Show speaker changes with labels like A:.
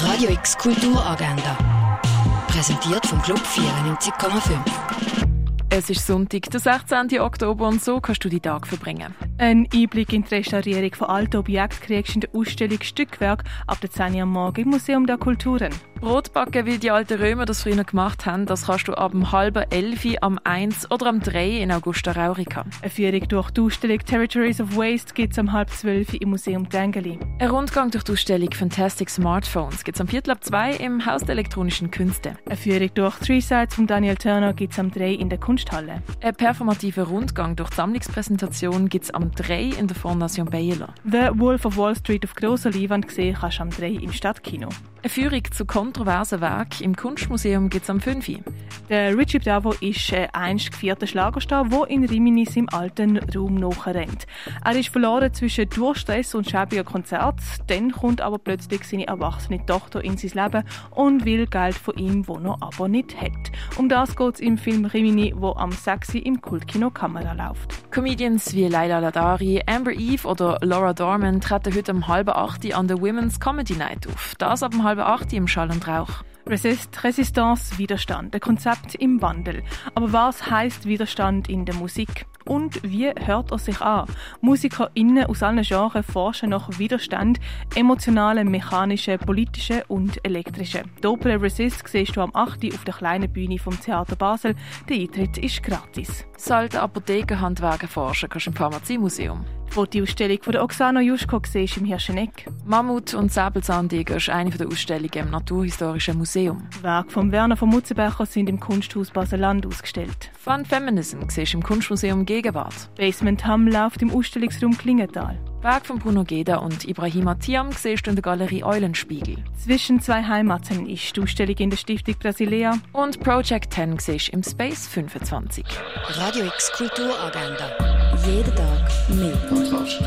A: Radio X Kulturagenda. Präsentiert vom Club 94,5.
B: Es ist Sonntag, der 16. Oktober und so kannst du die Tag verbringen.
C: Ein Einblick in die Restaurierung von alten Objekten kriegst du in der Ausstellung Stückwerk ab der 10 Uhr am Morgen im Museum der Kulturen.
B: Brotbacken, wie die alten Römer das früher gemacht haben, das kannst du ab dem halben elfi, am 1 oder am 3 in Augusta Raurica.
C: Eine Führung durch die Ausstellung Territories of Waste gibt es am halb zwölf im Museum Dengeli.
B: Ein Rundgang durch die Ausstellung Fantastic Smartphones gibt es am Viertel ab 2 im Haus der elektronischen Künste.
C: Eine Führung durch Three Sides von Daniel Turner gibt es am 3 in der Kunsthalle.
B: Ein performativer Rundgang durch die Sammlungspräsentation gibt es am 3 in der Fondation Baylor.
C: The Wolf of Wall Street auf grosser Leinwand gesehen kannst du am 3 im Stadtkino.
B: Eine Führung zu kontroversen Werk im Kunstmuseum gibt es am 5. Uhr.
C: Der Richie Bravo ist ein einst gefeierter Schlagerstar, der in Rimini seinem alten Raum nachrennt. Er ist verloren zwischen Durchstress und schäbigen Konzert. Dann kommt aber plötzlich seine erwachsene Tochter in sein Leben und will Geld von ihm, wo er aber nicht hat. Um das geht es im Film Rimini, wo am 6. im Kultkino Kamera läuft.
B: Comedians wie Leila Ladari, Amber Eve oder Laura Dorman treten heute um halb acht an der Women's Comedy Night auf. Das ab um halb acht im Schall und Rauch.
C: Resist, Resistance, Widerstand, ein Konzept im Wandel. Aber was heißt Widerstand in der Musik? Und wie hört er sich an? MusikerInnen aus allen Genres forschen nach Widerstand, emotionalen, mechanischen, politischen und elektrischen. Die Oper Resist siehst du am 8. Uhr auf der kleinen Bühne vom Theater Basel. Der Eintritt ist gratis.
B: Sollte Apothekerhandwerker forschen kannst du im Pharmaziemuseum
C: wo die Ausstellung von der Oksana Juschko siehst im Hirscheneck.
B: Mammut und Säbelzahntiger ist eine der Ausstellungen im Naturhistorischen Museum.
C: Werke von Werner von Mutzenbecher sind im Kunsthaus Basel-Land ausgestellt.
B: Fun Feminism siehst im Kunstmuseum Gegenwart.
C: Basement Hamm läuft im Ausstellungsraum Klingenthal.
B: Werk von Bruno Geda und Ibrahima Tiam siehst du in der Galerie Eulenspiegel.
C: Zwischen zwei Heimaten ist die Ausstellung in der Stiftung Brasilia.
B: Und Project 10 siehst im Space 25.
A: Radio X Kulturagenda. Jeden Tag mehr. Kontrast.